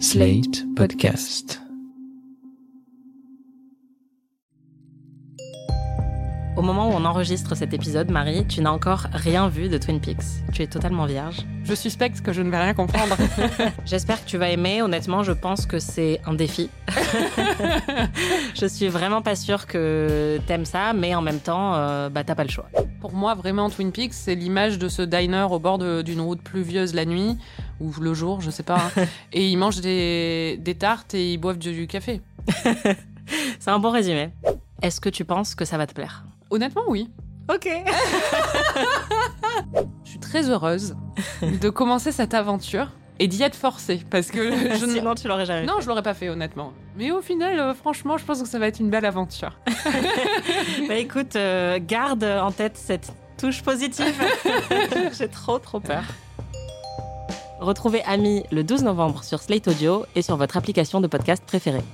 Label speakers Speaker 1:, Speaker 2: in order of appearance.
Speaker 1: Slate Podcast.
Speaker 2: Au moment où on enregistre cet épisode, Marie, tu n'as encore rien vu de Twin Peaks. Tu es totalement vierge.
Speaker 3: Je suspecte que je ne vais rien comprendre.
Speaker 2: J'espère que tu vas aimer. Honnêtement, je pense que c'est un défi. je suis vraiment pas sûre que t'aimes ça, mais en même temps, euh, bah t'as pas le choix.
Speaker 3: Pour moi, vraiment, Twin Peaks, c'est l'image de ce diner au bord de- d'une route pluvieuse la nuit, ou le jour, je sais pas. hein. et ils mangent des, des tartes et ils boivent du, du café.
Speaker 2: C'est un bon résumé. Est-ce que tu penses que ça va te plaire
Speaker 3: Honnêtement, oui.
Speaker 2: Ok.
Speaker 3: Je suis très heureuse de commencer cette aventure et d'y être forcée, parce que je ne...
Speaker 2: Sinon, tu l'aurais jamais.
Speaker 3: Non, je l'aurais pas fait, honnêtement. Mais au final, euh, franchement, je pense que ça va être une belle aventure.
Speaker 2: Bah écoute, euh, garde en tête cette touche positive. J'ai trop trop peur. Retrouvez Ami le 12 novembre sur Slate Audio et sur votre application de podcast préférée.